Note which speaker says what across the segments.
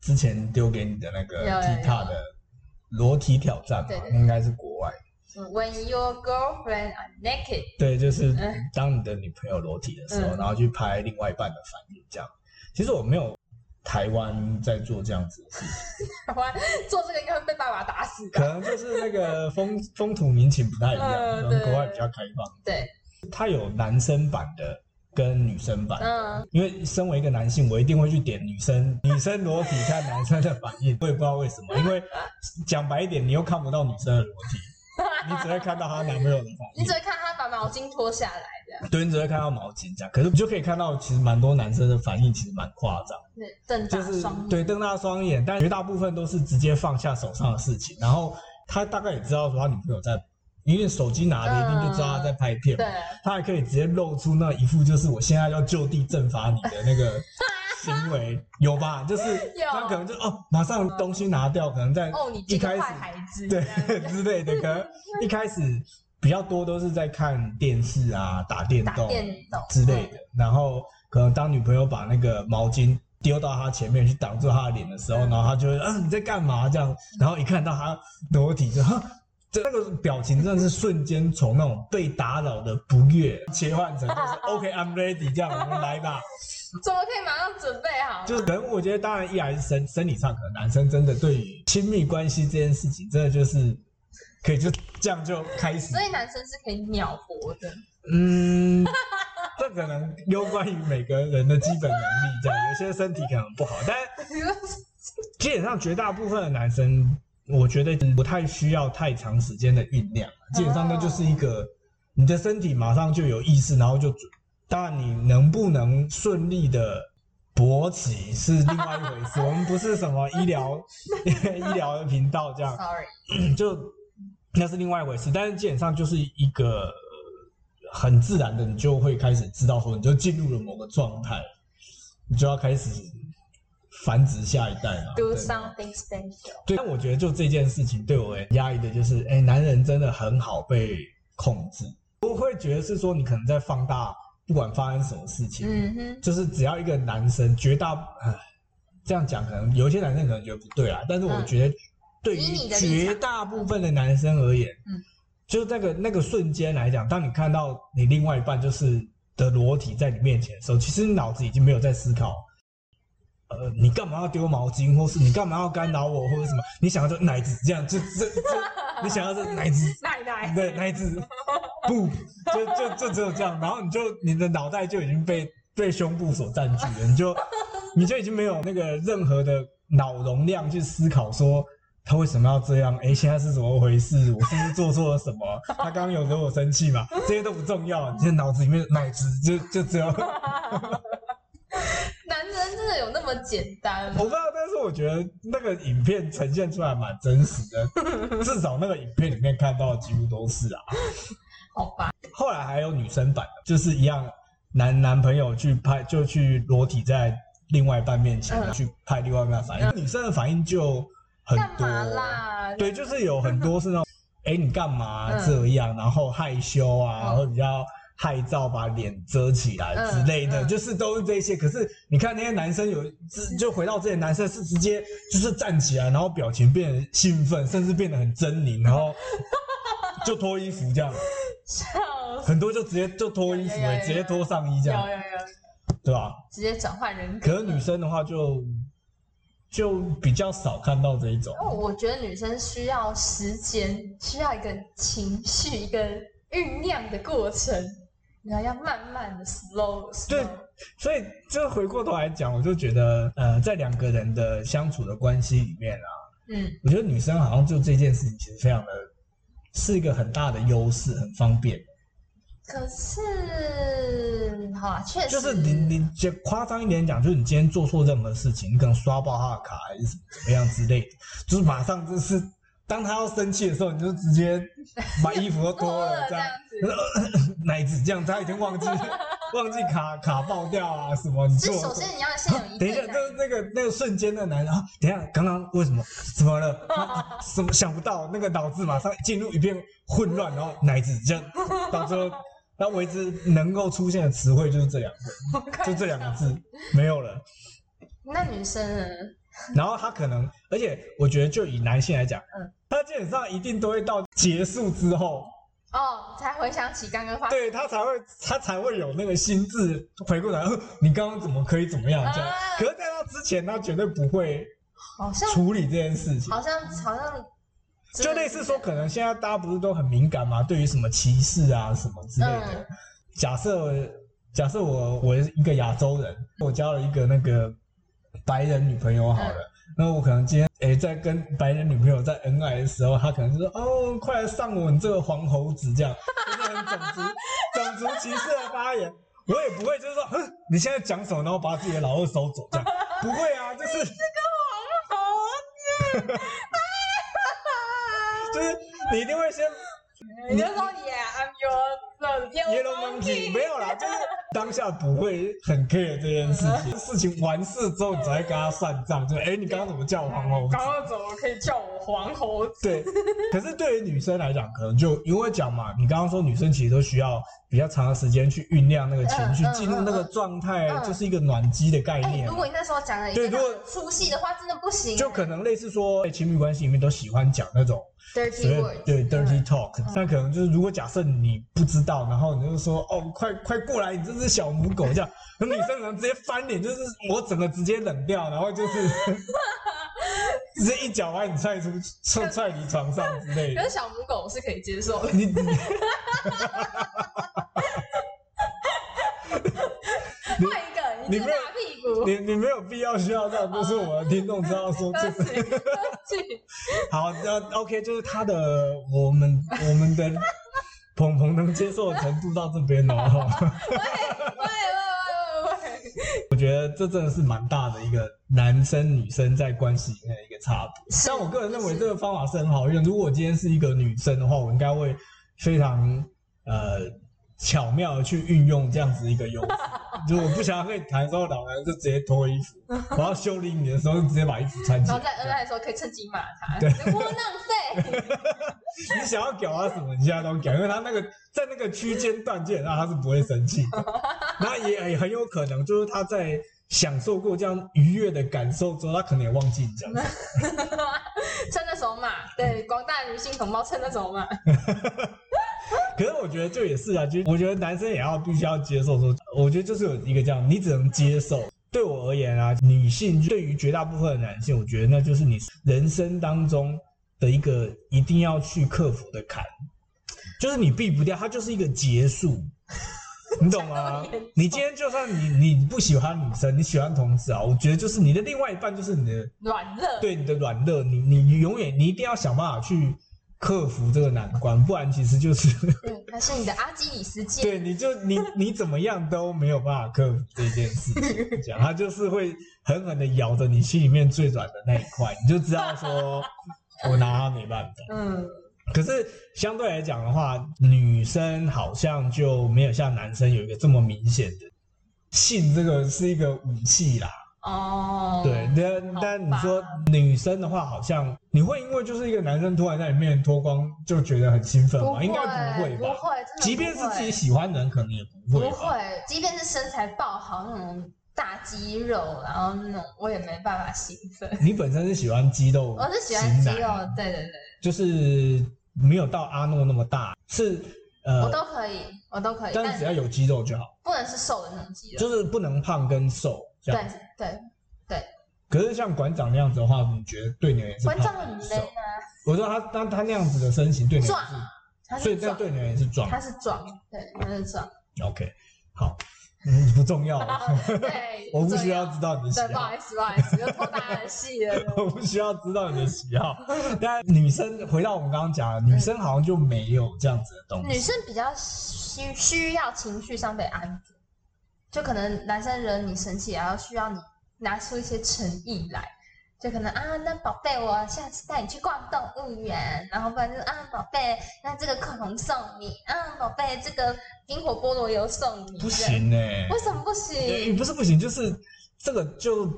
Speaker 1: 之前丢给你的那个
Speaker 2: 有有有
Speaker 1: 吉他的裸体挑战嘛
Speaker 2: 对对，对
Speaker 1: 应该是国外的。
Speaker 2: 什么 When your girlfriend are naked，
Speaker 1: 对，就是
Speaker 2: 嗯
Speaker 1: 当你的女朋友裸体的时候，
Speaker 2: 嗯
Speaker 1: 然后去拍另外一半的反应，这样。其实我没有台湾在做这样子的事情，
Speaker 2: 台湾做这个应该会被爸爸打死
Speaker 1: 可
Speaker 2: 的。
Speaker 1: 能就是那个风 风土民情不太一样，
Speaker 2: 嗯
Speaker 1: 可能
Speaker 2: 对
Speaker 1: 国外比较开放。
Speaker 2: 对，
Speaker 1: 它有男生版的跟女生版的，
Speaker 2: 嗯，
Speaker 1: 因为身为一个男性，我一定会去点女生女生裸体看男生的反应，我也不知道为什么，因为讲白一点，你又看不到女生的裸 体，你只会看到她男朋友的反
Speaker 2: 你
Speaker 1: 应
Speaker 2: 只。会看他把毛巾脱下来的，
Speaker 1: 对，你只会看到毛巾这样，可是你就可以看到，其实蛮多男生的反应其实蛮夸张，
Speaker 2: 对瞪
Speaker 1: 就
Speaker 2: 大
Speaker 1: 是
Speaker 2: 双眼。
Speaker 1: 对瞪大双眼，但绝大部分都是直接放下手上的事情，然后他大概也知道说他女朋友在，因为手机拿着一定就知道他在拍片嘛，
Speaker 2: 对，
Speaker 1: 他还可以直接露出那一副就是我现在要就地正法你的 那个行为，有吧？就是
Speaker 2: 有
Speaker 1: 他可能就哦，马上东西拿掉，可能在
Speaker 2: 哦，你
Speaker 1: 一
Speaker 2: 这个
Speaker 1: 开始
Speaker 2: 坏孩子，
Speaker 1: 对
Speaker 2: 这样
Speaker 1: 之类的，可能一开始比较多都是在看电视啊、打电
Speaker 2: 打
Speaker 1: 动
Speaker 2: 电动
Speaker 1: 之类的，然后可能当女朋友把那个毛巾。丢到他前面去挡住他的脸的时候，然后他就会啊你在干嘛这样，然后一看到他裸体就哈，这那个表情真的是瞬间从那种被打扰的不悦切换成就是 OK I'm ready 这样，我们来吧，
Speaker 2: 怎么可以马上准备好？
Speaker 1: 就是可能我觉得，当然依然是生生理上，可能男生真的对于亲密关系这件事情，真的就是可以就这样就开始
Speaker 2: 所。以男生是可以秒搏 的，
Speaker 1: 嗯， 这可能攸关于每个人的基本能力，这样有些身体可能不好，但基本上绝大部分的男生，我觉得不太需要太长时间的酝酿，啊基本上那就是一个你的身体马上就有意识，然后就准。当然，你能不能顺利的勃起是另外一回事，我们不是什么医疗 医疗的频道这样。
Speaker 2: Sorry，
Speaker 1: 就那是另外一回事。但是基本上就是一个呃很自然的，你就会开始知道说，你就进入了某个状态，你就要开始繁殖下一代啊嘛。
Speaker 2: do
Speaker 1: 对
Speaker 2: something special。
Speaker 1: 对，但我觉得就这件事情对我很压抑的就是，哎、男人真的很好被控制。我会觉得是说，你可能在放大，不管发生什么事情，
Speaker 2: 嗯哼，
Speaker 1: 就是只要一个男生，绝大唉这样讲可能有一些男生可能觉得不对啊，但是我
Speaker 2: 嗯
Speaker 1: 觉得对于
Speaker 2: 以你的立
Speaker 1: 绝
Speaker 2: 场
Speaker 1: 大部分的男生而言，
Speaker 2: 嗯，
Speaker 1: 就那个那个瞬间来讲，当你看到你另外一半就是的裸体在你面前的时候，其实你脑子已经没有在思考。呃，你干嘛要丢毛巾，或是你干嘛要干扰我，或者什么？你想要这奶子这样，就这这，你想要这奶子
Speaker 2: 奶奶，
Speaker 1: 对，那一只不，就就就只有这样，然后你就你的脑袋就已经被被胸部所占据了，你就你就已经没有那个任何的脑容量去思考说他为什么要这样，哎，现在是怎么回事，我是不是做错了什么？他刚刚有惹我生气嘛？这些都不重要，你的脑子里面那一只就就只有我
Speaker 2: 男人真的有那么简单吗？
Speaker 1: 不知道，但是我觉得那个影片呈现出来蛮真实的，至少那个影片里面看到的几乎都是啊。
Speaker 2: 好吧，
Speaker 1: 后来还有女生版的，就是一样男男朋友去拍，就去裸体在另外一半面前、
Speaker 2: 嗯
Speaker 1: 去拍另外一半的反应，女生的反应就很
Speaker 2: 干
Speaker 1: 多。
Speaker 2: 嘛啦？
Speaker 1: 对，就是有很多是那种，哎、你干嘛
Speaker 2: 嗯
Speaker 1: 这样？然后害羞啊，
Speaker 2: 嗯
Speaker 1: 然后比较害臊，把脸遮起来
Speaker 2: 嗯
Speaker 1: 之类的，
Speaker 2: 嗯
Speaker 1: 就是都是这些。可是你看那些男生有，就就回到这些男生是直接就是站起来，然后表情变得兴奋，甚至变得很狰狞，然后就脱衣服这样。
Speaker 2: 笑死，
Speaker 1: 很多就直接就脱衣服、
Speaker 2: 有有有
Speaker 1: 欸，
Speaker 2: 有
Speaker 1: 直接脱上衣这
Speaker 2: 有
Speaker 1: 样，
Speaker 2: 有有，
Speaker 1: 对吧？
Speaker 2: 直接转换人格。
Speaker 1: 可是女生的话就就比较少看到这一种，
Speaker 2: 哦，我觉得女生需要时间，需要一个情绪，一个酝酿的过程，然后要慢慢的 slow，, slow
Speaker 1: 对所以就回过头来讲，我就觉得呃，在两个人的相处的关系里面啊，
Speaker 2: 嗯，
Speaker 1: 我觉得女生好像就这件事情其实非常的是一个很大的优势，很方便。
Speaker 2: 可是好啊，确实
Speaker 1: 就是你你就夸张一点讲，就是你今天做错任何事情，你可能刷爆他的卡还是怎么样之类的，就是马上就是当他要生气的时候，你就直接把衣服都 脱
Speaker 2: 多
Speaker 1: 了
Speaker 2: 了
Speaker 1: 这
Speaker 2: 这
Speaker 1: 样
Speaker 2: 样。子，
Speaker 1: 奶子这样，他已经忘记忘记卡卡爆掉啊什么？你
Speaker 2: 是
Speaker 1: 做
Speaker 2: 首先你要先有一
Speaker 1: 等一
Speaker 2: 对
Speaker 1: 下，
Speaker 2: 男
Speaker 1: 就是那个那个瞬间的男人啊，等一下，刚刚为什么怎么了？ 啊什么想不到？那个脑子马上进入一片混乱，然后奶子这样，到最后，那为之能够出现 的词汇就是这两个，就这两个字没有了。
Speaker 2: 那女生呢？
Speaker 1: 然后他可能，而且我觉得就以男性来讲，
Speaker 2: 嗯
Speaker 1: 他基本上一定都会到结束之后，
Speaker 2: 哦，才回想起刚刚发生
Speaker 1: 对他才会他才会有那个心智回过来，呃你刚刚怎么可以怎么样这样？
Speaker 2: 啊
Speaker 1: 可是在他之前，他绝对不会
Speaker 2: 好像
Speaker 1: 处理这件事情。
Speaker 2: 好像好像真
Speaker 1: 就
Speaker 2: 的
Speaker 1: 类似
Speaker 2: 是
Speaker 1: 说，可能现在大家不是都很敏感嘛，对于什么歧视啊什么之类的。
Speaker 2: 嗯
Speaker 1: 假设假设我我是一个亚洲人，我交了一个那个白人女朋友好了，
Speaker 2: 嗯
Speaker 1: 那我可能今天诶、在跟白人女朋友在恩爱的时候，她可能就说哦，快来上我，你这个黄猴子这样，就是很种 族种族歧视的发言。我也不会就是说，哼，你现在讲什么，然后把自己的老二收走这样，不会啊，就是。
Speaker 2: 好
Speaker 1: 就是你一定会先
Speaker 2: 你就说 Yeah, 哎 I'm your
Speaker 1: yellow monkey，没有 啦，就是当下不会很 care 这件事情，事情完事之后你才会跟他算账，就哎、诶你刚刚怎么叫我黄猴子？
Speaker 2: 刚刚怎么可以叫我黄猴子？
Speaker 1: 对，可是对于女生来讲，可能就因为讲嘛，你刚刚说女生其实都需要比较长的时间去酝酿那个情绪
Speaker 2: 嗯，嗯
Speaker 1: 进入那个状态，
Speaker 2: 嗯
Speaker 1: 就是一个暖机的概
Speaker 2: 哎、
Speaker 1: 念
Speaker 2: 如
Speaker 1: 嘛。
Speaker 2: 果你那时候讲了一
Speaker 1: 啊对
Speaker 2: 句
Speaker 1: 如果
Speaker 2: 出戏的话，真的不行、
Speaker 1: 就可能类似说，哎情侣关系里面都喜欢讲那种所
Speaker 2: dirty
Speaker 1: 谓
Speaker 2: word，
Speaker 1: 对 dirty
Speaker 2: 嗯
Speaker 1: talk，、那可能就是如果假设你不知道，然后你就说哦，快快过来，你这只小母狗这样，那女生可能直接翻脸，就是我整个直接冷掉，然后就是 直接一脚把你踹出踹踹你床上之类
Speaker 2: 可
Speaker 1: 的
Speaker 2: 是。小母狗是可以接受的，
Speaker 1: 你你
Speaker 2: 换一个，
Speaker 1: 你
Speaker 2: 你这
Speaker 1: 没
Speaker 2: 个
Speaker 1: 有
Speaker 2: 大屁股，
Speaker 1: 你你没有必要需要这样，就是我的听众知道说这
Speaker 2: 对不
Speaker 1: 是
Speaker 2: 起，对不起，
Speaker 1: 好，那 OK，就是他的我们我们的鹏鹏能接受的程度到这边哦了哈。
Speaker 2: 喂喂喂喂喂。
Speaker 1: 我觉得这真的是蛮大的一个男生女生在关系里面的一个差别。
Speaker 2: 是
Speaker 1: 但我个人认为这个方法是很好用。如果我今天是一个女生的话，我应该会非常呃巧妙的去运用这样子一 个优势。就我不想要跟你谈的时候，老娘就直接脱衣服；我要修理你的时候，就直接把衣服穿起
Speaker 2: 然后在恩
Speaker 1: 来。
Speaker 2: 爱的时候可以趁机骂他，窝囊废。
Speaker 1: 你想要搞他什么，你现在都搞，因为他那个在那个区间段，基本上他是不会生气的。那也也很有可能就是他在享受过这样愉悦的感受之后，他可能也忘记你讲什么。
Speaker 2: 趁那时候骂，对广大女性同胞趁那时候骂，
Speaker 1: 可是我觉得就也是啊，就我觉得男生也要必须要接受说，我觉得就是有一个这样，你只能接受。对我而言啊，女性对于绝大部分的男性，我觉得那就是你人生当中的一个一定要去克服的坎，就是你避不掉，它就是一个结束， 你懂吗
Speaker 2: 讲那么严重？
Speaker 1: 你今天就算你你不喜欢女生，你喜欢同志啊，我觉得就是你的另外一半就是你的
Speaker 2: 软热。
Speaker 1: 对你的软肋，你你永远你一定要想办法去克服这个难关，不然其实就是。
Speaker 2: 嗯，那是你的阿基里斯腱。
Speaker 1: 对，你就 你你怎么样都没有办法克服这件事情，讲他就是会狠狠的咬着你心里面最软的那一块，你就知道说 我拿他没办法。
Speaker 2: 嗯，
Speaker 1: 可是相对来讲的话，女生好像就没有像男生有一个这么明显的性，这个是一个武器啦。
Speaker 2: 哦，
Speaker 1: 对，，但
Speaker 2: 好
Speaker 1: 但你
Speaker 2: 吧
Speaker 1: 说女生的话，好像你会因为就是一个男生突然在你面前脱光就觉得很兴奋
Speaker 2: 不
Speaker 1: 吗？
Speaker 2: 会，
Speaker 1: 应该不会吧？
Speaker 2: 不会，真的
Speaker 1: 即便是
Speaker 2: 不会
Speaker 1: 自己喜欢的人，可能也不
Speaker 2: 不
Speaker 1: 会吧。
Speaker 2: 会，即便是身材爆好那种大肌肉，然后那种我也没办法兴奋。
Speaker 1: 你本身是喜欢肌肉，
Speaker 2: 我是喜欢肌肉，
Speaker 1: 哦型男，
Speaker 2: 对对对，
Speaker 1: 就是没有到阿诺那么大，是
Speaker 2: 我
Speaker 1: 呃，
Speaker 2: 都可以，我都可以，
Speaker 1: 但
Speaker 2: 但
Speaker 1: 是只要有肌肉就好，
Speaker 2: 不能是瘦的那种肌肉。
Speaker 1: 就是不能胖跟瘦这
Speaker 2: 对
Speaker 1: 样。
Speaker 2: 对，
Speaker 1: 可是像馆长那样子的话，你觉得对你而言是
Speaker 2: 馆
Speaker 1: 胖
Speaker 2: 长
Speaker 1: 还
Speaker 2: 很
Speaker 1: 是
Speaker 2: man
Speaker 1: 瘦？
Speaker 2: 啊，
Speaker 1: 我说他他他那样子的身形对你而言
Speaker 2: 壮
Speaker 1: 是，
Speaker 2: 他
Speaker 1: 所
Speaker 2: 是
Speaker 1: 以这
Speaker 2: 壮，
Speaker 1: 对你而言是壮。
Speaker 2: 他是壮，对，他是 壮，
Speaker 1: OK，好，嗯，不重 要，，
Speaker 2: 对
Speaker 1: 我不需
Speaker 2: 重
Speaker 1: 要知道你的喜
Speaker 2: 对，不
Speaker 1: 好
Speaker 2: 好。意思，不好意思，又偷大家的戏了。
Speaker 1: 我不需要知道你的喜好。 但女生回到我们刚刚讲的，女生好像就没有这样子的东
Speaker 2: 女
Speaker 1: 西。
Speaker 2: 生比较需需要情绪上被安抚，就可能男生惹你生气，然后需要你拿出一些诚意来，就可能啊，那宝贝，我下次带你去逛动物园，然后不然就是啊，宝贝，那这个口红送你，啊，宝贝，这个冰火菠萝油送你，
Speaker 1: 不，行欸呢、
Speaker 2: 为什么不
Speaker 1: 也
Speaker 2: 行？
Speaker 1: 不是不行，就是这个就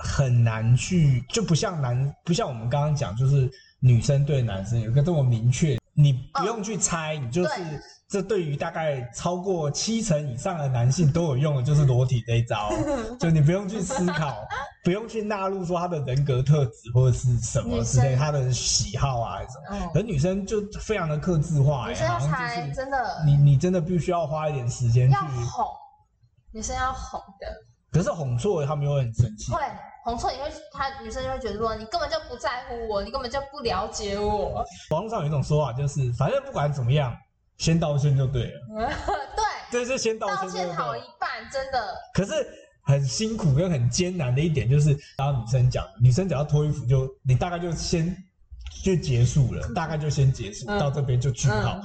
Speaker 1: 很难去，就不像男，不像我们刚刚讲，就是女生对男生有一个这么明确。你不用去猜，你就是
Speaker 2: 对
Speaker 1: 这对于大概超过七成以上的男性都有用的，就是裸体这一招，就你不用去思考，不用去纳入说他的人格特质或者是什么之
Speaker 2: 女
Speaker 1: 类，
Speaker 2: 生
Speaker 1: 他的喜好啊还是什么。
Speaker 2: 嗯，
Speaker 1: 而女生就非常的克制化、
Speaker 2: 女
Speaker 1: 欸，
Speaker 2: 生要
Speaker 1: 好
Speaker 2: 猜
Speaker 1: 像，就是
Speaker 2: 真的
Speaker 1: 你你真的必须要花一点时间去
Speaker 2: 要，哄，女生要哄的，
Speaker 1: 可是哄错了他们又会很生气
Speaker 2: 会。哄错你会，她女生就会觉得说你根本就不在乎我，你根本就不了解我。
Speaker 1: 网络上有一种说法，就是反正不管怎么样，先道歉就对了，
Speaker 2: 对，
Speaker 1: 对，就先道
Speaker 2: 道
Speaker 1: 歉就对
Speaker 2: 歉好
Speaker 1: 了
Speaker 2: 一。半，真的
Speaker 1: 可是很辛苦跟很艰难的一点就是，然后女生讲，女生只要脱衣服就你大概就先就结束了，大概就先结束，
Speaker 2: 嗯
Speaker 1: 到这边就句号。
Speaker 2: 嗯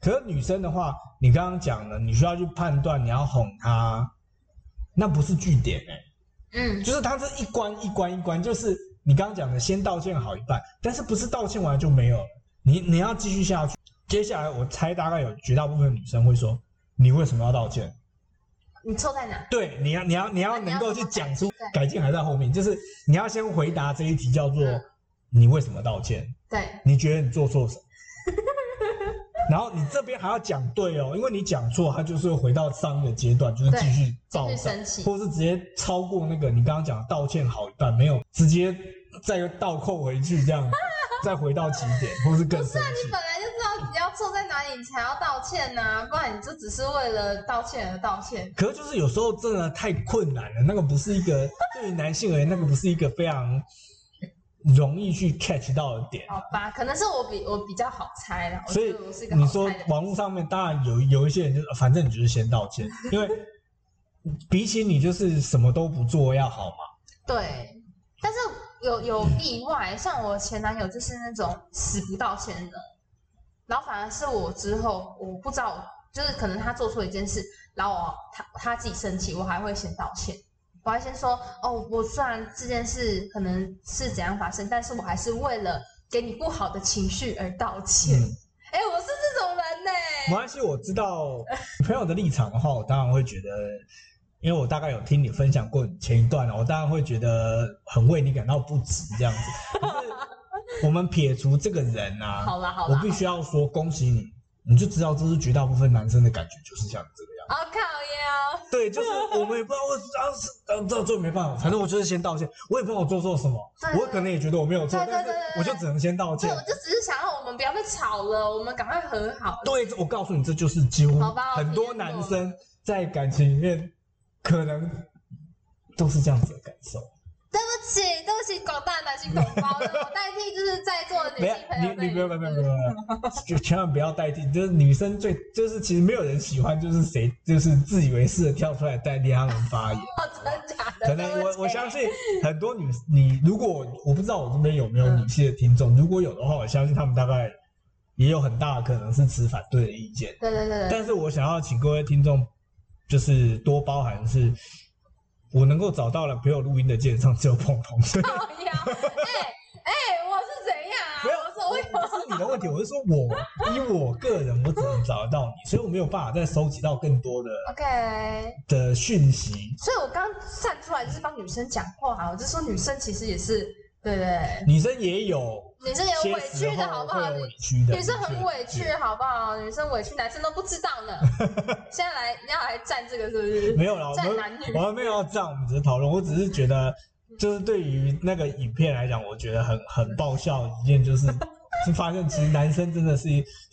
Speaker 1: 可是女生的话，你刚刚讲了，你需要去判断你要哄她，那不是据点哎、
Speaker 2: 嗯，
Speaker 1: 就是它是一关一关一关，就是你刚刚讲的，先道歉好一半，但是不是道歉完就没有了，你你要继续下去。接下来我猜大概有绝大部分女生会说，你为什么要道歉？
Speaker 2: 你错在哪？
Speaker 1: 对，你要你要你要能够去讲出
Speaker 2: 对
Speaker 1: 改进还在后面，就是你要先回答这一题叫做
Speaker 2: 嗯
Speaker 1: 你为什么道歉？
Speaker 2: 对，
Speaker 1: 你觉得你做错 什么？然后你这边还要讲对哦，因为你讲错，他就是会回到上一个阶段，就是继续
Speaker 2: 对
Speaker 1: 暴
Speaker 2: 继续
Speaker 1: 躁
Speaker 2: 生气，
Speaker 1: 或是直接超过那个你刚刚讲的道歉好一段，没有直接再倒扣回去这样 子，再回到起点，或是更
Speaker 2: 不是
Speaker 1: 生
Speaker 2: 啊，你
Speaker 1: 气。
Speaker 2: 本来就知道你要错在哪里，你才要道歉呐、不然你就只是为了道歉而道歉。
Speaker 1: 可是就是有时候真的太困难了，那个不是一个对于男性而言，那个不是一个非常容易去 catch 到的点。
Speaker 2: 好吧，可能是我比我比较好猜啦，我
Speaker 1: 所
Speaker 2: 觉
Speaker 1: 以
Speaker 2: 得我是一个
Speaker 1: 你
Speaker 2: 好
Speaker 1: 说
Speaker 2: 猜的。
Speaker 1: 网络上面当然有有一些人就是反正你就是先道 歉，因为比起你就是什么都不做要好嘛。
Speaker 2: 对，但是有有例外，像我前男友就是那种死不道歉的，然后反而是我之后我不知道我，就是可能他做错一件事，然后我他他自己生气，我还会先道歉，我还先说哦，我虽然这件事可能是怎样发生，但是我还是为了给你不好的情绪而道歉。
Speaker 1: 嗯，
Speaker 2: 哎、我是这种人呢、
Speaker 1: 没关系，我知道呃朋友的立场的话，我当然会觉得，因为我大概有听你分享过前一段啊了，我当然会觉得很为你感到不值这样 子。可是我们撇除这个人啊，
Speaker 2: 好啦好
Speaker 1: 我
Speaker 2: 啦，
Speaker 1: 必须要说恭喜你，你就知道这是绝大部分男生的感觉，就是像你这个样
Speaker 2: 好讨厌哦，
Speaker 1: 子。对，就是我们也不知道为当时当这这没办法，反正我就是先道歉，我也不知道我做错什么
Speaker 2: 对，对
Speaker 1: 我可能也觉得我没有错，
Speaker 2: 对对
Speaker 1: 但
Speaker 2: 对
Speaker 1: 是
Speaker 2: 对对
Speaker 1: 我就只能先道
Speaker 2: 所以
Speaker 1: 歉
Speaker 2: 我。就只是想要我们不要被吵了，我们赶快和好。
Speaker 1: 对，我告诉你，这就是几乎
Speaker 2: 好吧我
Speaker 1: 很多
Speaker 2: 体验
Speaker 1: 男
Speaker 2: 过
Speaker 1: 生在感情里面可能都是这样子的感受。
Speaker 2: 对不起，对不起，广大男性同胞，我代替就是在座的女
Speaker 1: 没有
Speaker 2: 性朋友
Speaker 1: 你你不要不
Speaker 2: 对
Speaker 1: 要不
Speaker 2: 对
Speaker 1: 要不要，不要就千万不要代替，就是女生最就是其实没有人喜欢，就是谁就是自以为是的跳出来代替他们发言。
Speaker 2: 哦，真的假的？
Speaker 1: 可能
Speaker 2: 对不
Speaker 1: 我
Speaker 2: 起
Speaker 1: 我相信很多女你如果我不知道我这边有没有
Speaker 2: 嗯
Speaker 1: 女性的听众，如果有的话，我相信他们大概也有很大的可能是持反对的意见。
Speaker 2: 对对对对，
Speaker 1: 但是我想要请各位听众，就是多包涵是。我能够找到了陪我录音的键上只有碰碰，所以
Speaker 2: 靠腰，哎哎，我是怎样啊？
Speaker 1: 没有
Speaker 2: 我说我有，
Speaker 1: 不是你的问题，我是说我以我个人，我只能找得到你，所以我没有办法再收集到更多的
Speaker 2: OK，
Speaker 1: 的讯息。
Speaker 2: 所以我刚站出来就是帮女生讲话啊，我就说女生其实也是，对对对，
Speaker 1: 女生也有
Speaker 2: 女生也有
Speaker 1: 些
Speaker 2: 委
Speaker 1: 时
Speaker 2: 屈的好
Speaker 1: 候
Speaker 2: 不
Speaker 1: 会
Speaker 2: 好
Speaker 1: 有？委屈的，
Speaker 2: 女生很委
Speaker 1: 的
Speaker 2: 屈
Speaker 1: 确
Speaker 2: 好不好？女生委屈，男生都不知 道呢。现在来要来站这个是不是？
Speaker 1: 没有啦，我
Speaker 2: 站
Speaker 1: 们
Speaker 2: 男女
Speaker 1: 我们没有要这样，我们只是讨论。我只是觉得，就是对于那个影片来讲，我觉得很很爆笑的一件，就是就发现其实男生真的是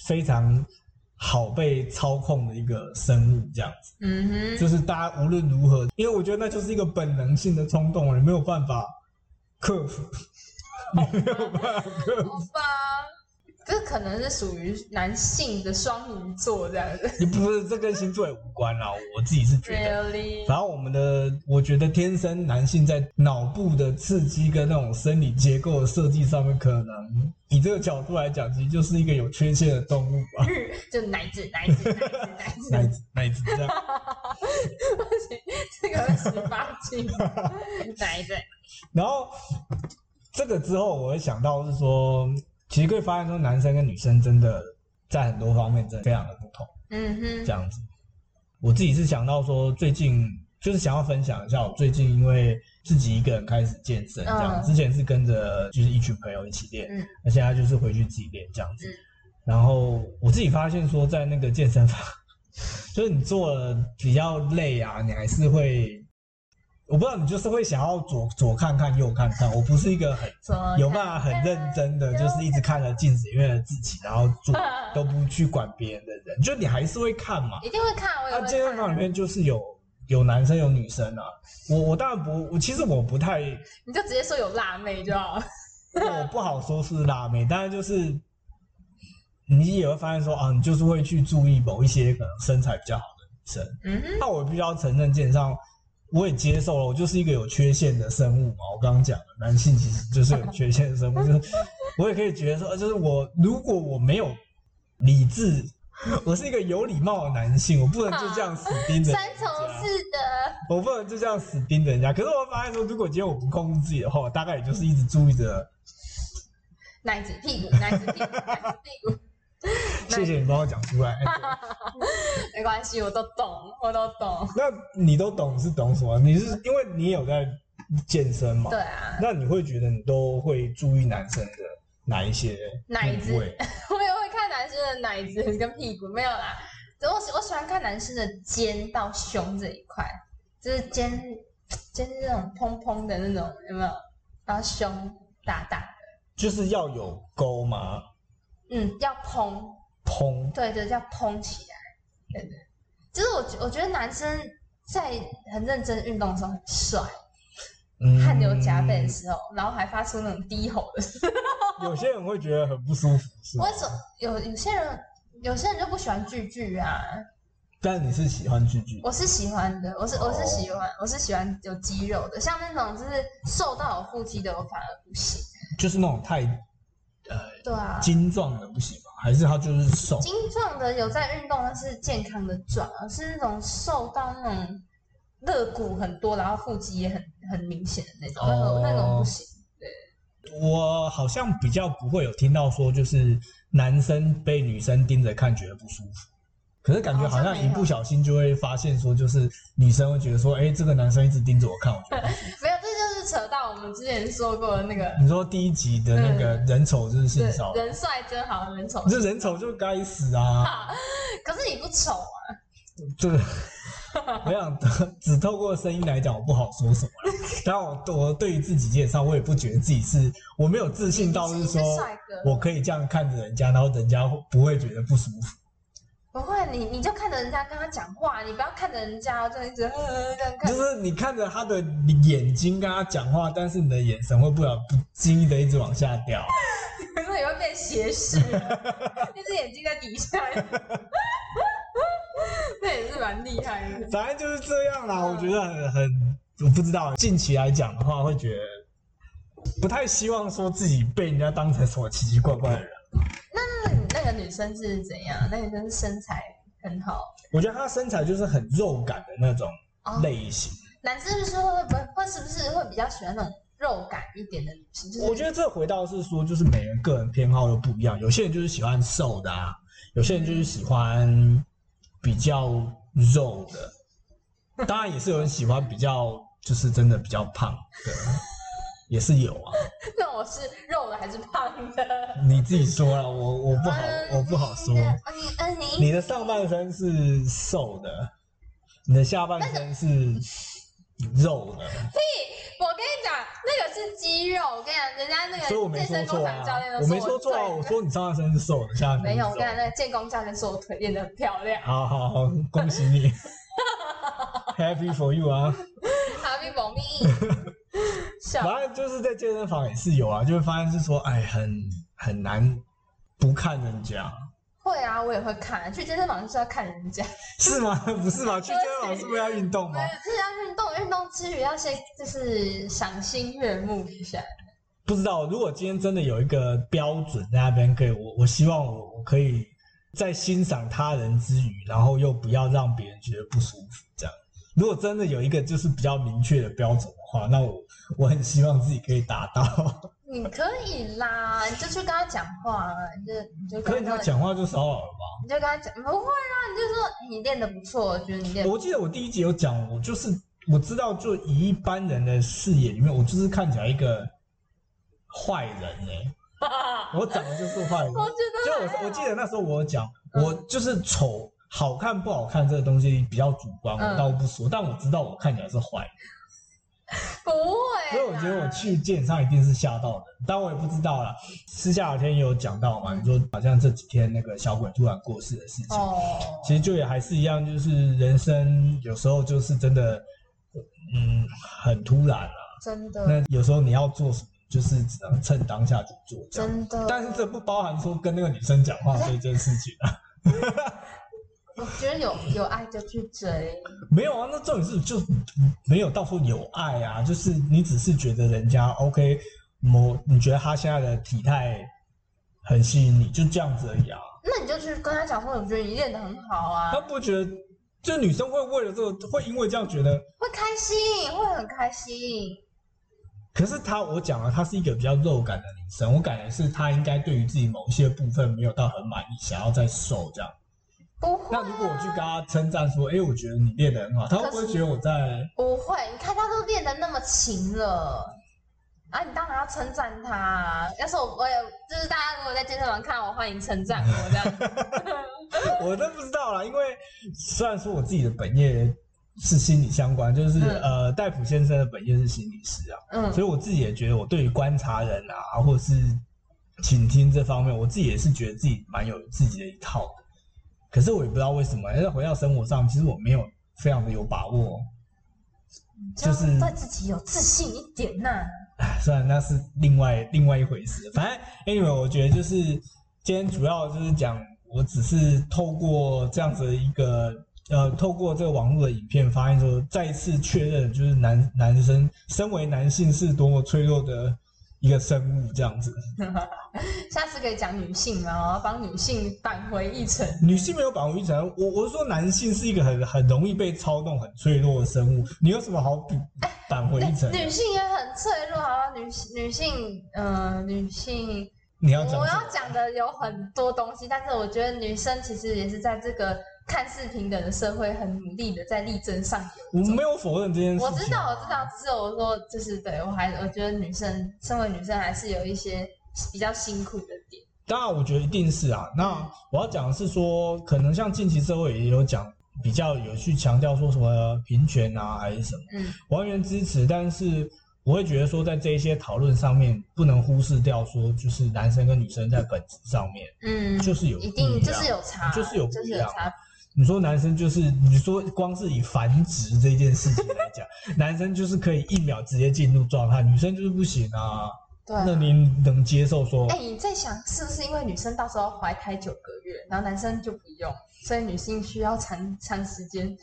Speaker 1: 非常好被操控的一个生物，这样子。
Speaker 2: 嗯哼。
Speaker 1: 就是大家无论如何，因为我觉得那就是一个本能性的冲动，你没有办法克服， 你没有办法克服。
Speaker 2: 好吧，这可能是属于男性的双鱼座这样子。
Speaker 1: 你不是这跟星座也无关啦，我自己是觉得。
Speaker 2: Really？
Speaker 1: 然后我们的，我觉得天生男性在脑部的刺激跟那种生理结构的设计上面，可能以这个角度来讲，其实就是一个有缺陷的动物吧，
Speaker 2: 就奶子，奶子，奶子，奶子，
Speaker 1: 奶子奶子 这样。
Speaker 2: 不行，这个会十八禁。奶子，
Speaker 1: 然后这个之后，我会想到是说，其实可以发现说，男生跟女生真的在很多方面真的非常的不同，
Speaker 2: 嗯
Speaker 1: 这
Speaker 2: 哼，
Speaker 1: 样子。我自己是想到说，最近就是想要分享一下，我最近因为自己一个人开始健身，这样、
Speaker 2: 嗯
Speaker 1: 之前是跟着就是一群朋友一起练，
Speaker 2: 嗯
Speaker 1: 那现在就是回去自己练这样子。然后我自己发现说，在那个健身房， 就是你做了比较累啊，你还是会，我不知道你就是会想要左左看看右看看。我不是一个很
Speaker 2: 说
Speaker 1: 有办法很认真的，就是一直看着镜子里面的自己，然后做都不去管别人的人，就你还是会看嘛。
Speaker 2: 一定会看，我也
Speaker 1: 那
Speaker 2: 会看。啊
Speaker 1: 健身房里面就是有有男生有女生啊，我我当然不，我其实我不太，
Speaker 2: 你就直接说有辣妹就好了。
Speaker 1: 我不好说是辣妹，但是就是你也会发现说啊，你就是会去注意某一些可能身材比较好的女生。
Speaker 2: 嗯哼，
Speaker 1: 那我必须要承认，基本上我也接受了，我就是一个有缺陷的生物嘛。我刚刚讲了，男性其实就是有缺陷的生物，就是我也可以觉得说，呃就是我如果我没有理智，我是一个有礼貌的男性，我不能就这样死盯着人
Speaker 2: 三
Speaker 1: 家，
Speaker 2: 从四德，
Speaker 1: 我不能就这样死盯着人家。可是我发现说，如果今天我不控制自己的话，我大概也就是一直注意着。
Speaker 2: 奶子屁股，奶子屁股，奶子屁股，
Speaker 1: 谢谢你帮我讲出来。
Speaker 2: 没关系，我都懂，我都懂。
Speaker 1: 那你都懂是懂什么？你是因为你有在健身嘛？
Speaker 2: 对啊，
Speaker 1: 那你会觉得你都会注意男生的哪一些
Speaker 2: 奶
Speaker 1: 部
Speaker 2: 子
Speaker 1: 位？
Speaker 2: 我也会看男生的奶子跟屁股，没有啦。我喜我喜欢看男生的肩到胸这一块，就是肩肩是那种蓬蓬的那种，有没有？然后胸大大的，
Speaker 1: 就是要有沟嘛，
Speaker 2: 嗯，要蓬，
Speaker 1: 通
Speaker 2: 对对，要蓬起来。对对，就是我觉我觉得男生在很认真运动的时候很帅，汗
Speaker 1: 嗯
Speaker 2: 流浃背的。时候，然后还发出那种低吼的声音。
Speaker 1: 有些人会觉得很不舒服，是吗
Speaker 2: 为？什么有有些人有些人就不喜欢句句啊？
Speaker 1: 但你是喜欢聚聚，
Speaker 2: 我是喜欢的，我
Speaker 1: 哦
Speaker 2: 是我是喜欢我是喜欢有肌肉的，像那种就是瘦到有腹肌的，我反而不行。
Speaker 1: 就是那种太
Speaker 2: 对啊，
Speaker 1: 精壮的不行吗？还是他就是瘦？
Speaker 2: 精壮的有在运动，但是健康的壮，而是那种瘦到那种肋骨很多，然后腹肌也很很明显的那种，那种、
Speaker 1: 哦
Speaker 2: 那种不行。
Speaker 1: 我好像比较不会有听到说，就是男生被女生盯着看觉得不舒服。可是感觉好
Speaker 2: 好像
Speaker 1: 像
Speaker 2: 没
Speaker 1: 一
Speaker 2: 有
Speaker 1: 不小心就会发现说，就是女生会觉得说，哎、这个男生一直盯着我看，我觉得不舒服
Speaker 2: 没有，这就是扯到我们之前说过的那个
Speaker 1: 你说第一集的那个人丑就是性
Speaker 2: 人
Speaker 1: 骚扰，
Speaker 2: 人帅真好人丑，
Speaker 1: 这人丑就该死啊！
Speaker 2: 可是你不丑啊，
Speaker 1: 这个我想只透过声音来讲，我不好说什么 啦。但我我对于自己介绍，我也不觉得自己是我没有自信到
Speaker 2: 你
Speaker 1: 是
Speaker 2: 是
Speaker 1: 说
Speaker 2: 帅哥，
Speaker 1: 我可以这样看着人家，然后人家不会觉得不舒 服。
Speaker 2: 不会，你你就看着人家跟他讲话，你不要看着人家就一直呵 呵呵这样看
Speaker 1: 就。是你看着他的眼睛跟他讲话，但是你的眼神会不了不经意的一直往下掉。
Speaker 2: 可是你会被斜视， 那只眼睛在底下，那也是蛮厉害的。
Speaker 1: 反正就是这样啦，我觉得很很，我不知道近期来讲的话，会觉得不太希望说自己被人家当成什么奇奇怪怪的人。
Speaker 2: 那你那个女生是怎样？那个女生身材很好，
Speaker 1: 我觉得他身材就是很肉感的那种
Speaker 2: 哦
Speaker 1: 类型。
Speaker 2: 男生是会不会会是不是会比较喜欢那种肉感一点的女生？就是
Speaker 1: 我觉得这回到是说，就是每人个人偏好都不一样，有些人就是喜欢瘦的啊，有些人就是喜欢比较肉的，当然也是有人喜欢比较就是真的比较胖的，也是有啊。
Speaker 2: 那我是肉的还是胖的？
Speaker 1: 你自己说了，我我不好，我不好说。
Speaker 2: 啊你啊你
Speaker 1: 你的上半身是瘦的，你的下半身是肉的，
Speaker 2: 我跟你讲，那个是肌肉。我跟你讲，人家那
Speaker 1: 所以我
Speaker 2: 个
Speaker 1: 没
Speaker 2: 健
Speaker 1: 说
Speaker 2: 身工
Speaker 1: 错
Speaker 2: 厂教练
Speaker 1: 啊，
Speaker 2: 都
Speaker 1: 我没说
Speaker 2: 我
Speaker 1: 错啊，我
Speaker 2: 最
Speaker 1: 说你上半身是瘦的，下半身
Speaker 2: 没
Speaker 1: 是
Speaker 2: 有。我跟你讲，
Speaker 1: 肉。
Speaker 2: 那个健工教练说我腿练得很漂亮
Speaker 1: 好好好，恭喜 你，Happy for you 啊！
Speaker 2: ，Happy 保密。 笑，
Speaker 1: 反正就是在健身房也是有啊，就会发现是说，哎，很很难不看人家，
Speaker 2: 会啊，我也会看。去健身房就是要看人家，
Speaker 1: 是吗？ 不是吧？去健身房是为了运动吗？
Speaker 2: 就是要运动，运动之余要先就是赏心悦目一下。
Speaker 1: 不知道，如果今天真的有一个标准在那边，可以，我我希望我我可以在欣赏他人之余，然后又不要让别人觉得不舒服，这样。如果真的有一个就是比较明确的标准的话，那我我很希望自己可以达到。
Speaker 2: 你可以啦，你就去跟他讲话啊，你就你就
Speaker 1: 可
Speaker 2: 跟
Speaker 1: 是他
Speaker 2: 他，
Speaker 1: 讲话就骚扰了吧？
Speaker 2: 你就跟他讲，不会啊，你就说你练得不错，我觉得你练得
Speaker 1: 我记得我第一集有讲，我就是我知道，就 以一般人的视野里面，我就是看起来一个坏人哎、我长得就是坏人。
Speaker 2: 我觉
Speaker 1: 就
Speaker 2: 得还好
Speaker 1: 我我记得那时候我有讲，
Speaker 2: 嗯
Speaker 1: 我就是丑，好看不好看这个东西比较主观，
Speaker 2: 嗯
Speaker 1: 我倒不说，但我知道我看起来是坏人，
Speaker 2: 不会啦，
Speaker 1: 所以我觉
Speaker 2: 啊
Speaker 1: 得我去见上一定是吓到人，但我也不知道啦。私下聊天也有讲到嘛，
Speaker 2: 嗯
Speaker 1: 你说好像这几天那个小鬼突然过世的事情，
Speaker 2: 哦，
Speaker 1: 其实就也还是一样，就是人生有时候就是真的，嗯，很突然啊。
Speaker 2: 真的
Speaker 1: 那有时候你要做什么，就是只能趁当下去做这样。
Speaker 2: 真的，
Speaker 1: 但是这不包含说跟那个女生讲话这件事情啊，
Speaker 2: 我觉得有有爱就去追，
Speaker 1: 没有啊。那重点是就没有到说有爱啊，就是你只是觉得人家 OK，某你觉得他现在的体态很吸引你，就这样子而已啊。
Speaker 2: 那你就去跟他讲说，我觉得你练得很好啊
Speaker 1: 他，不觉得，就女生会为了这个，会因为这样觉得。
Speaker 2: 会开心，会很开心。
Speaker 1: 可是她，我讲了，她是一个比较肉感的女生，我感觉是她应该对于自己某些部分没有到很满意，想要再瘦这样。
Speaker 2: 不会啊
Speaker 1: 那如果我去跟他称赞说，哎、我觉得你练得很好，他会不会觉得我在？
Speaker 2: 不会，你看他都练得那么勤了，啊，你当然要称赞他啊。要是我，我也就是大家如果在健身房看我，欢迎称赞我这样。
Speaker 1: 我都不知道啦，因为虽然说我自己的本业是心理相关，就是、
Speaker 2: 嗯
Speaker 1: 呃，戴普先生的本业是心理师啊，所
Speaker 2: 嗯，
Speaker 1: 以我自己也觉得我对于观察人啊，或者是倾听这方面，我自己也是觉得自己蛮有自己的一套的。可是我也不知道为什么，要回到生活上，其实我没有非常的有把握。 就是
Speaker 2: 这样对自己有自信一点呐、
Speaker 1: 唉，算了，那是另外另外一回事。反正 anyway，我觉得就是今天主要就是讲，我只是透过这样子的一个呃，透过这个网络的影片，发现说再一次确认，就是男男生身为男性是多么脆弱的一个生物，这样子。
Speaker 2: 下次可以讲女性嘛，我要帮女性返回一程。
Speaker 1: 女性没有保护欲层，我我是说男性是一个很很容易被操纵、很脆弱的生物，你有什么好比扳回一城的？
Speaker 2: 女性也很脆弱，好吧？女性女性，呃，女性，
Speaker 1: 你要讲什
Speaker 2: 我要
Speaker 1: 么？
Speaker 2: 讲的有很多东西，但是我觉得女生其实也是在这个看似平等的社会，很努力的在力争上游。
Speaker 1: 我没有否认这件事情
Speaker 2: 我
Speaker 1: 啊、
Speaker 2: 知道，我知道，只是我说，就是对我还我觉得女生身为女生还是有一些比较辛苦的点。
Speaker 1: 当然，我觉得一定是啊。那我要讲的是说，可能像近期社会也有讲，比较有去强调说什么平权啊，还是什么，
Speaker 2: 嗯，
Speaker 1: 完全支持。但是我会觉得说，在这一些讨论上面，不能忽视掉说，就是男生跟女生在本质上面
Speaker 2: 嗯，
Speaker 1: 就是有
Speaker 2: 一
Speaker 1: 不
Speaker 2: 定
Speaker 1: 样
Speaker 2: 就是有差，
Speaker 1: 就是有不
Speaker 2: 就是
Speaker 1: 一
Speaker 2: 有
Speaker 1: 样
Speaker 2: 差。
Speaker 1: 你说男生就是，你说光是以繁殖这件事情来讲，男生就是可以一秒直接进入状态，女生就是不行啊。
Speaker 2: 对啊
Speaker 1: 那您能接受说
Speaker 2: 哎、，你在想是不是因为女生到时候怀胎九个月，然后男生就不用，所以女性需要长长时间？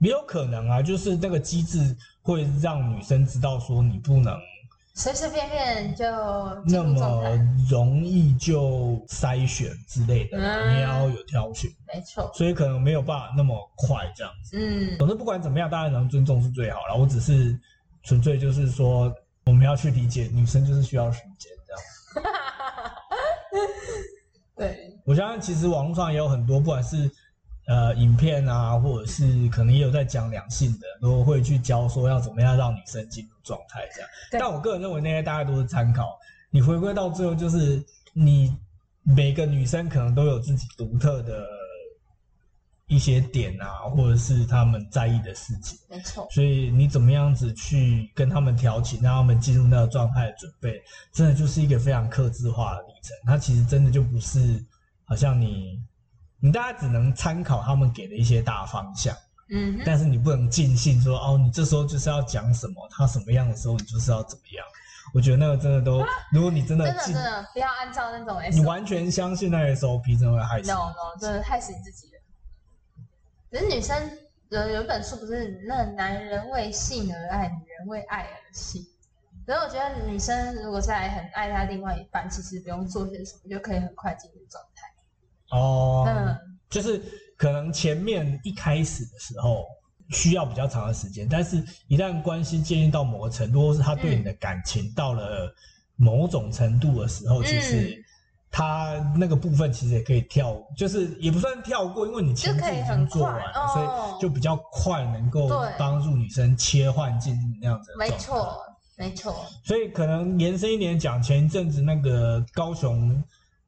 Speaker 1: 也有可能啊，就是那个机制会让女生知道说你不能
Speaker 2: 随随便便就进
Speaker 1: 那
Speaker 2: 入状
Speaker 1: 么
Speaker 2: 态，
Speaker 1: 容易就筛选之类的，
Speaker 2: 嗯
Speaker 1: 你要有挑选，
Speaker 2: 没错。
Speaker 1: 所以可能没有办法那么快这样子。
Speaker 2: 嗯，
Speaker 1: 总之不管怎么样，当然能尊重是最好了。我只是纯粹就是说，我们要去理解女生就是需要时间这样。
Speaker 2: 对，
Speaker 1: 我相信其实网络上也有很多，不管是呃影片啊，或者是可能也有在讲两性的，都会去教说要怎么样让女生进入状态这样。
Speaker 2: 对
Speaker 1: 但我个人认为那些大概都是参考，你回归到最后就是你每个女生可能都有自己独特的一些点啊，或者是她们在意的事情。
Speaker 2: 没错。
Speaker 1: 所以你怎么样子去跟他们调情，让他们进入那个状态的准备，真的就是一个非常克制化的历程。它其实真的就不是好像你，你大家只能参考他们给的一些大方向，
Speaker 2: 嗯哼，
Speaker 1: 但是你不能尽信说哦，你这时候就是要讲什么，他什么样的时候你就是要怎么样。我觉得那个真的都，如果你真的
Speaker 2: 真的真
Speaker 1: 进，
Speaker 2: 的不要按照那种 S
Speaker 1: 你完全相信那个 SOP，真的会害死你。
Speaker 2: no no，真的害死你自己了。可是女生有有一本书不是那男人为性而爱，女人为爱而性。所以我觉得女生如果在很爱她另外一半，其实不用做些什么就可以很快进入状态。
Speaker 1: 哦，
Speaker 2: 嗯，
Speaker 1: 就是可能前面一开始的时候需要比较长的时间，但是一旦关系建立到某个程度，或是他对你的感情到了某种程度的时候，
Speaker 2: 嗯
Speaker 1: 哦其实他那个部分其实也可以跳，就是也不算跳过，因为你前
Speaker 2: 就可
Speaker 1: 置
Speaker 2: 以
Speaker 1: 已
Speaker 2: 很
Speaker 1: 经做
Speaker 2: 快
Speaker 1: 完了，所
Speaker 2: 哦
Speaker 1: 以就比较快能够
Speaker 2: 对
Speaker 1: 帮助女生切换进入那样子的
Speaker 2: 没
Speaker 1: 状态。
Speaker 2: 错，没错，
Speaker 1: 所以可能延伸一点讲，前一阵子那个高雄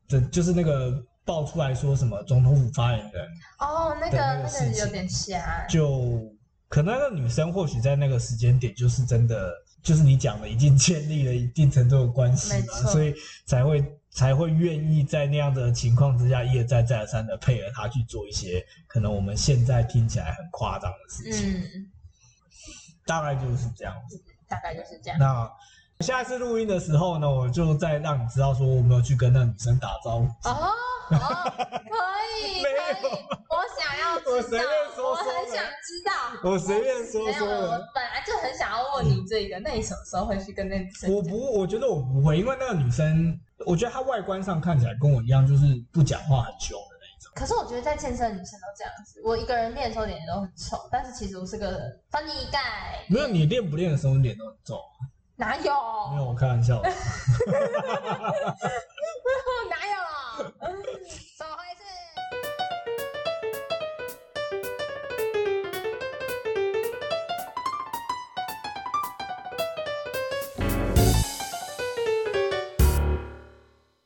Speaker 1: 的，就是那个爆出来说什么总统府发言人，
Speaker 2: 哦，那个
Speaker 1: 对那个
Speaker 2: 那个
Speaker 1: 事情
Speaker 2: 有点瞎，
Speaker 1: 就可能那个女生或许在那个时间点就是真的，就是你讲的已经建立了一定程度的关 系
Speaker 2: 没
Speaker 1: 嘛，
Speaker 2: 错
Speaker 1: 所以才会才会愿意在那样的情况之下一而再再而三的配合他去做一些可能我们现在听起来很夸张的事情，
Speaker 2: 嗯，
Speaker 1: 大概就是这样子。
Speaker 2: 大概就是这样。
Speaker 1: 那下一次录音的时候呢，我就再让你知道说我没有去跟那女生打招呼。
Speaker 2: 哦，哦可以，
Speaker 1: 没有
Speaker 2: 可以，我想要知道，
Speaker 1: 我随便说
Speaker 2: 我
Speaker 1: 说
Speaker 2: 很
Speaker 1: 的
Speaker 2: 想知道。
Speaker 1: 我随便说
Speaker 2: 没有，
Speaker 1: 说
Speaker 2: 我
Speaker 1: 的，
Speaker 2: 本来就很想要问你这个，那你什么时候会去跟那女生
Speaker 1: 我
Speaker 2: 讲？
Speaker 1: 不，我觉得我不会，因为那个女生，我觉得她外观上看起来跟我一样，就是不讲话很凶的那一种。
Speaker 2: 可是我觉得在健身的女生都这样子，我一个人练的时候脸都很丑，但是其实我是个 funny guy，
Speaker 1: 没有，你练不练的时候你脸都很皱。
Speaker 2: 哪有？
Speaker 1: 没有，我开玩笑的。
Speaker 2: 哪有？